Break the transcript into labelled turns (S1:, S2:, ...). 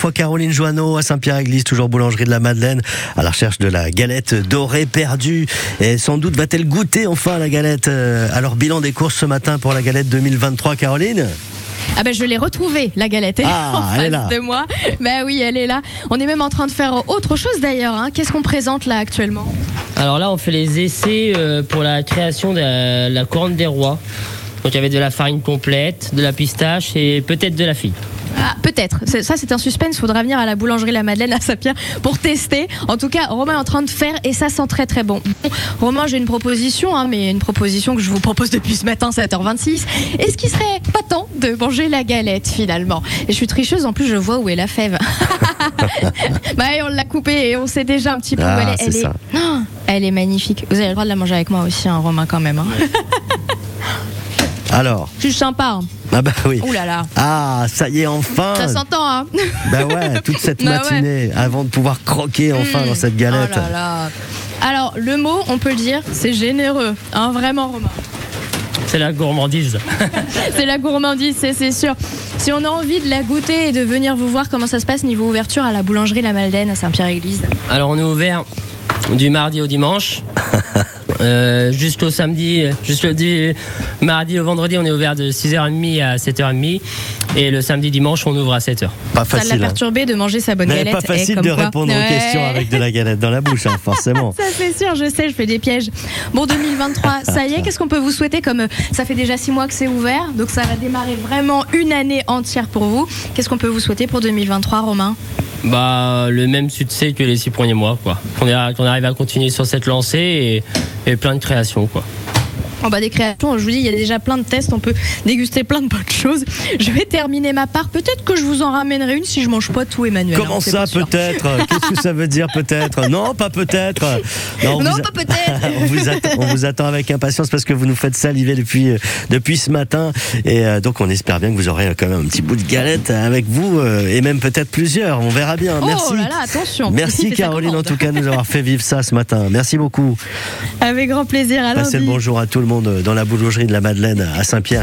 S1: fois Caroline Joanneau à Saint-Pierre-Église, toujours boulangerie de la Madeleine, à la recherche de la galette dorée perdue. Et sans doute va-t-elle goûter enfin la galette euh, Alors, bilan des courses ce matin pour la galette 2023, Caroline
S2: Ah ben je l'ai retrouvée, la galette. Elle est
S1: Ah,
S2: en
S1: elle
S2: face
S1: est là.
S2: de moi. Ben oui, elle est là. On est même en train de faire autre chose d'ailleurs. hein. Qu'est-ce qu'on présente là actuellement
S3: Alors là, on fait les essais euh, pour la création de la, la couronne des rois. Donc il y avait de la farine complète, de la pistache et peut-être de la fille.
S2: Ah, peut-être. C'est- Ça, c'est un suspense. Faudra venir à la boulangerie La Madeleine à Saint-Pierre pour tester. En tout cas, Romain est en train de faire et ça sent très très bon. Bon, Romain, j'ai une proposition, hein, mais une proposition que je vous propose depuis ce matin, 7h26. Est-ce qu'il serait pas temps de manger la galette finalement Et je suis tricheuse, en plus, je vois où est la fève. bah, et on l'a coupée et on sait déjà un petit peu où
S1: Ah,
S2: elle est. Elle
S1: c'est
S2: est...
S1: ça.
S2: Oh, elle est magnifique. Vous avez le droit de la manger avec moi aussi, hein, Romain, quand même. hein.
S1: Alors
S2: Je suis sympa. hein.
S1: Ah bah oui.
S2: Ouh là là.
S1: Ah, ça y est, enfin
S2: Ça s'entend, hein
S1: Bah ouais, toute cette
S2: Bah ouais.
S1: matinée, avant de pouvoir croquer enfin dans cette galette.
S2: Oh là là. Alors, le mot, on peut le dire, c'est généreux. Hein, vraiment, Romain.
S3: C'est la gourmandise.
S2: C'est la gourmandise, c'est c'est sûr. Si on a envie de la goûter et de venir vous voir comment ça se passe niveau ouverture à la boulangerie La Maldaine à Saint-Pierre-Église.
S3: Alors on est ouvert du mardi au dimanche. Euh, jusqu'au samedi, euh, jusqu'au di- mardi au vendredi, on est ouvert de 6h30 à 7h30. Et le samedi, dimanche, on ouvre à 7h.
S1: Pas
S2: Ça l'a
S1: facile. hein.
S2: perturbé de manger sa bonne
S1: Mais
S2: galette.
S1: pas
S2: eh,
S1: facile
S2: comme
S1: de
S2: quoi.
S1: répondre aux
S2: Ouais.
S1: questions avec de la galette dans la bouche, hein, forcément.
S2: Ça c'est sûr, je sais, je fais des pièges. Bon
S1: Ah,
S2: 2023, ça y est, qu'est-ce qu'on peut vous souhaiter comme euh, ça fait déjà six mois que c'est ouvert, donc ça va démarrer vraiment une année entière pour vous. Qu'est-ce qu'on peut vous souhaiter pour 2023, Romain
S3: Bah, le même succès que les six premiers mois, quoi. Qu'on est- qu'on arrive à continuer sur cette lancée et, et plein de créations, quoi.
S2: En bas Oh, bah, des créations, je vous dis, il y a déjà plein de tests, on peut déguster plein de bonnes choses. Je vais terminer ma part. Peut-être que je vous en ramènerai une si je mange pas tout, Emmanuel.
S1: Comment
S2: hein, c'est
S1: ça
S2: pas sûr.
S1: peut-être Qu'est-ce que ça veut dire peut-être Non, pas peut-être. on
S2: Non,
S1: vous a-
S2: pas peut-être.
S1: on, vous attend, on vous attend avec impatience parce que vous nous faites saliver depuis, euh, depuis ce matin. Et euh, donc, on espère bien que vous aurez euh, quand même un petit bout de galette avec vous euh, et même peut-être plusieurs. On verra bien. Merci.
S2: Oh là là, attention.
S1: Merci
S2: Faites la
S1: Caroline en
S2: commande.
S1: tout cas de nous avoir fait vivre ça ce matin. Merci beaucoup.
S2: Avec grand plaisir. À
S1: Passez le
S2: lundi.
S1: euh, bonjour à tout le monde dans la boulangerie de la Madeleine à Saint-Pierre.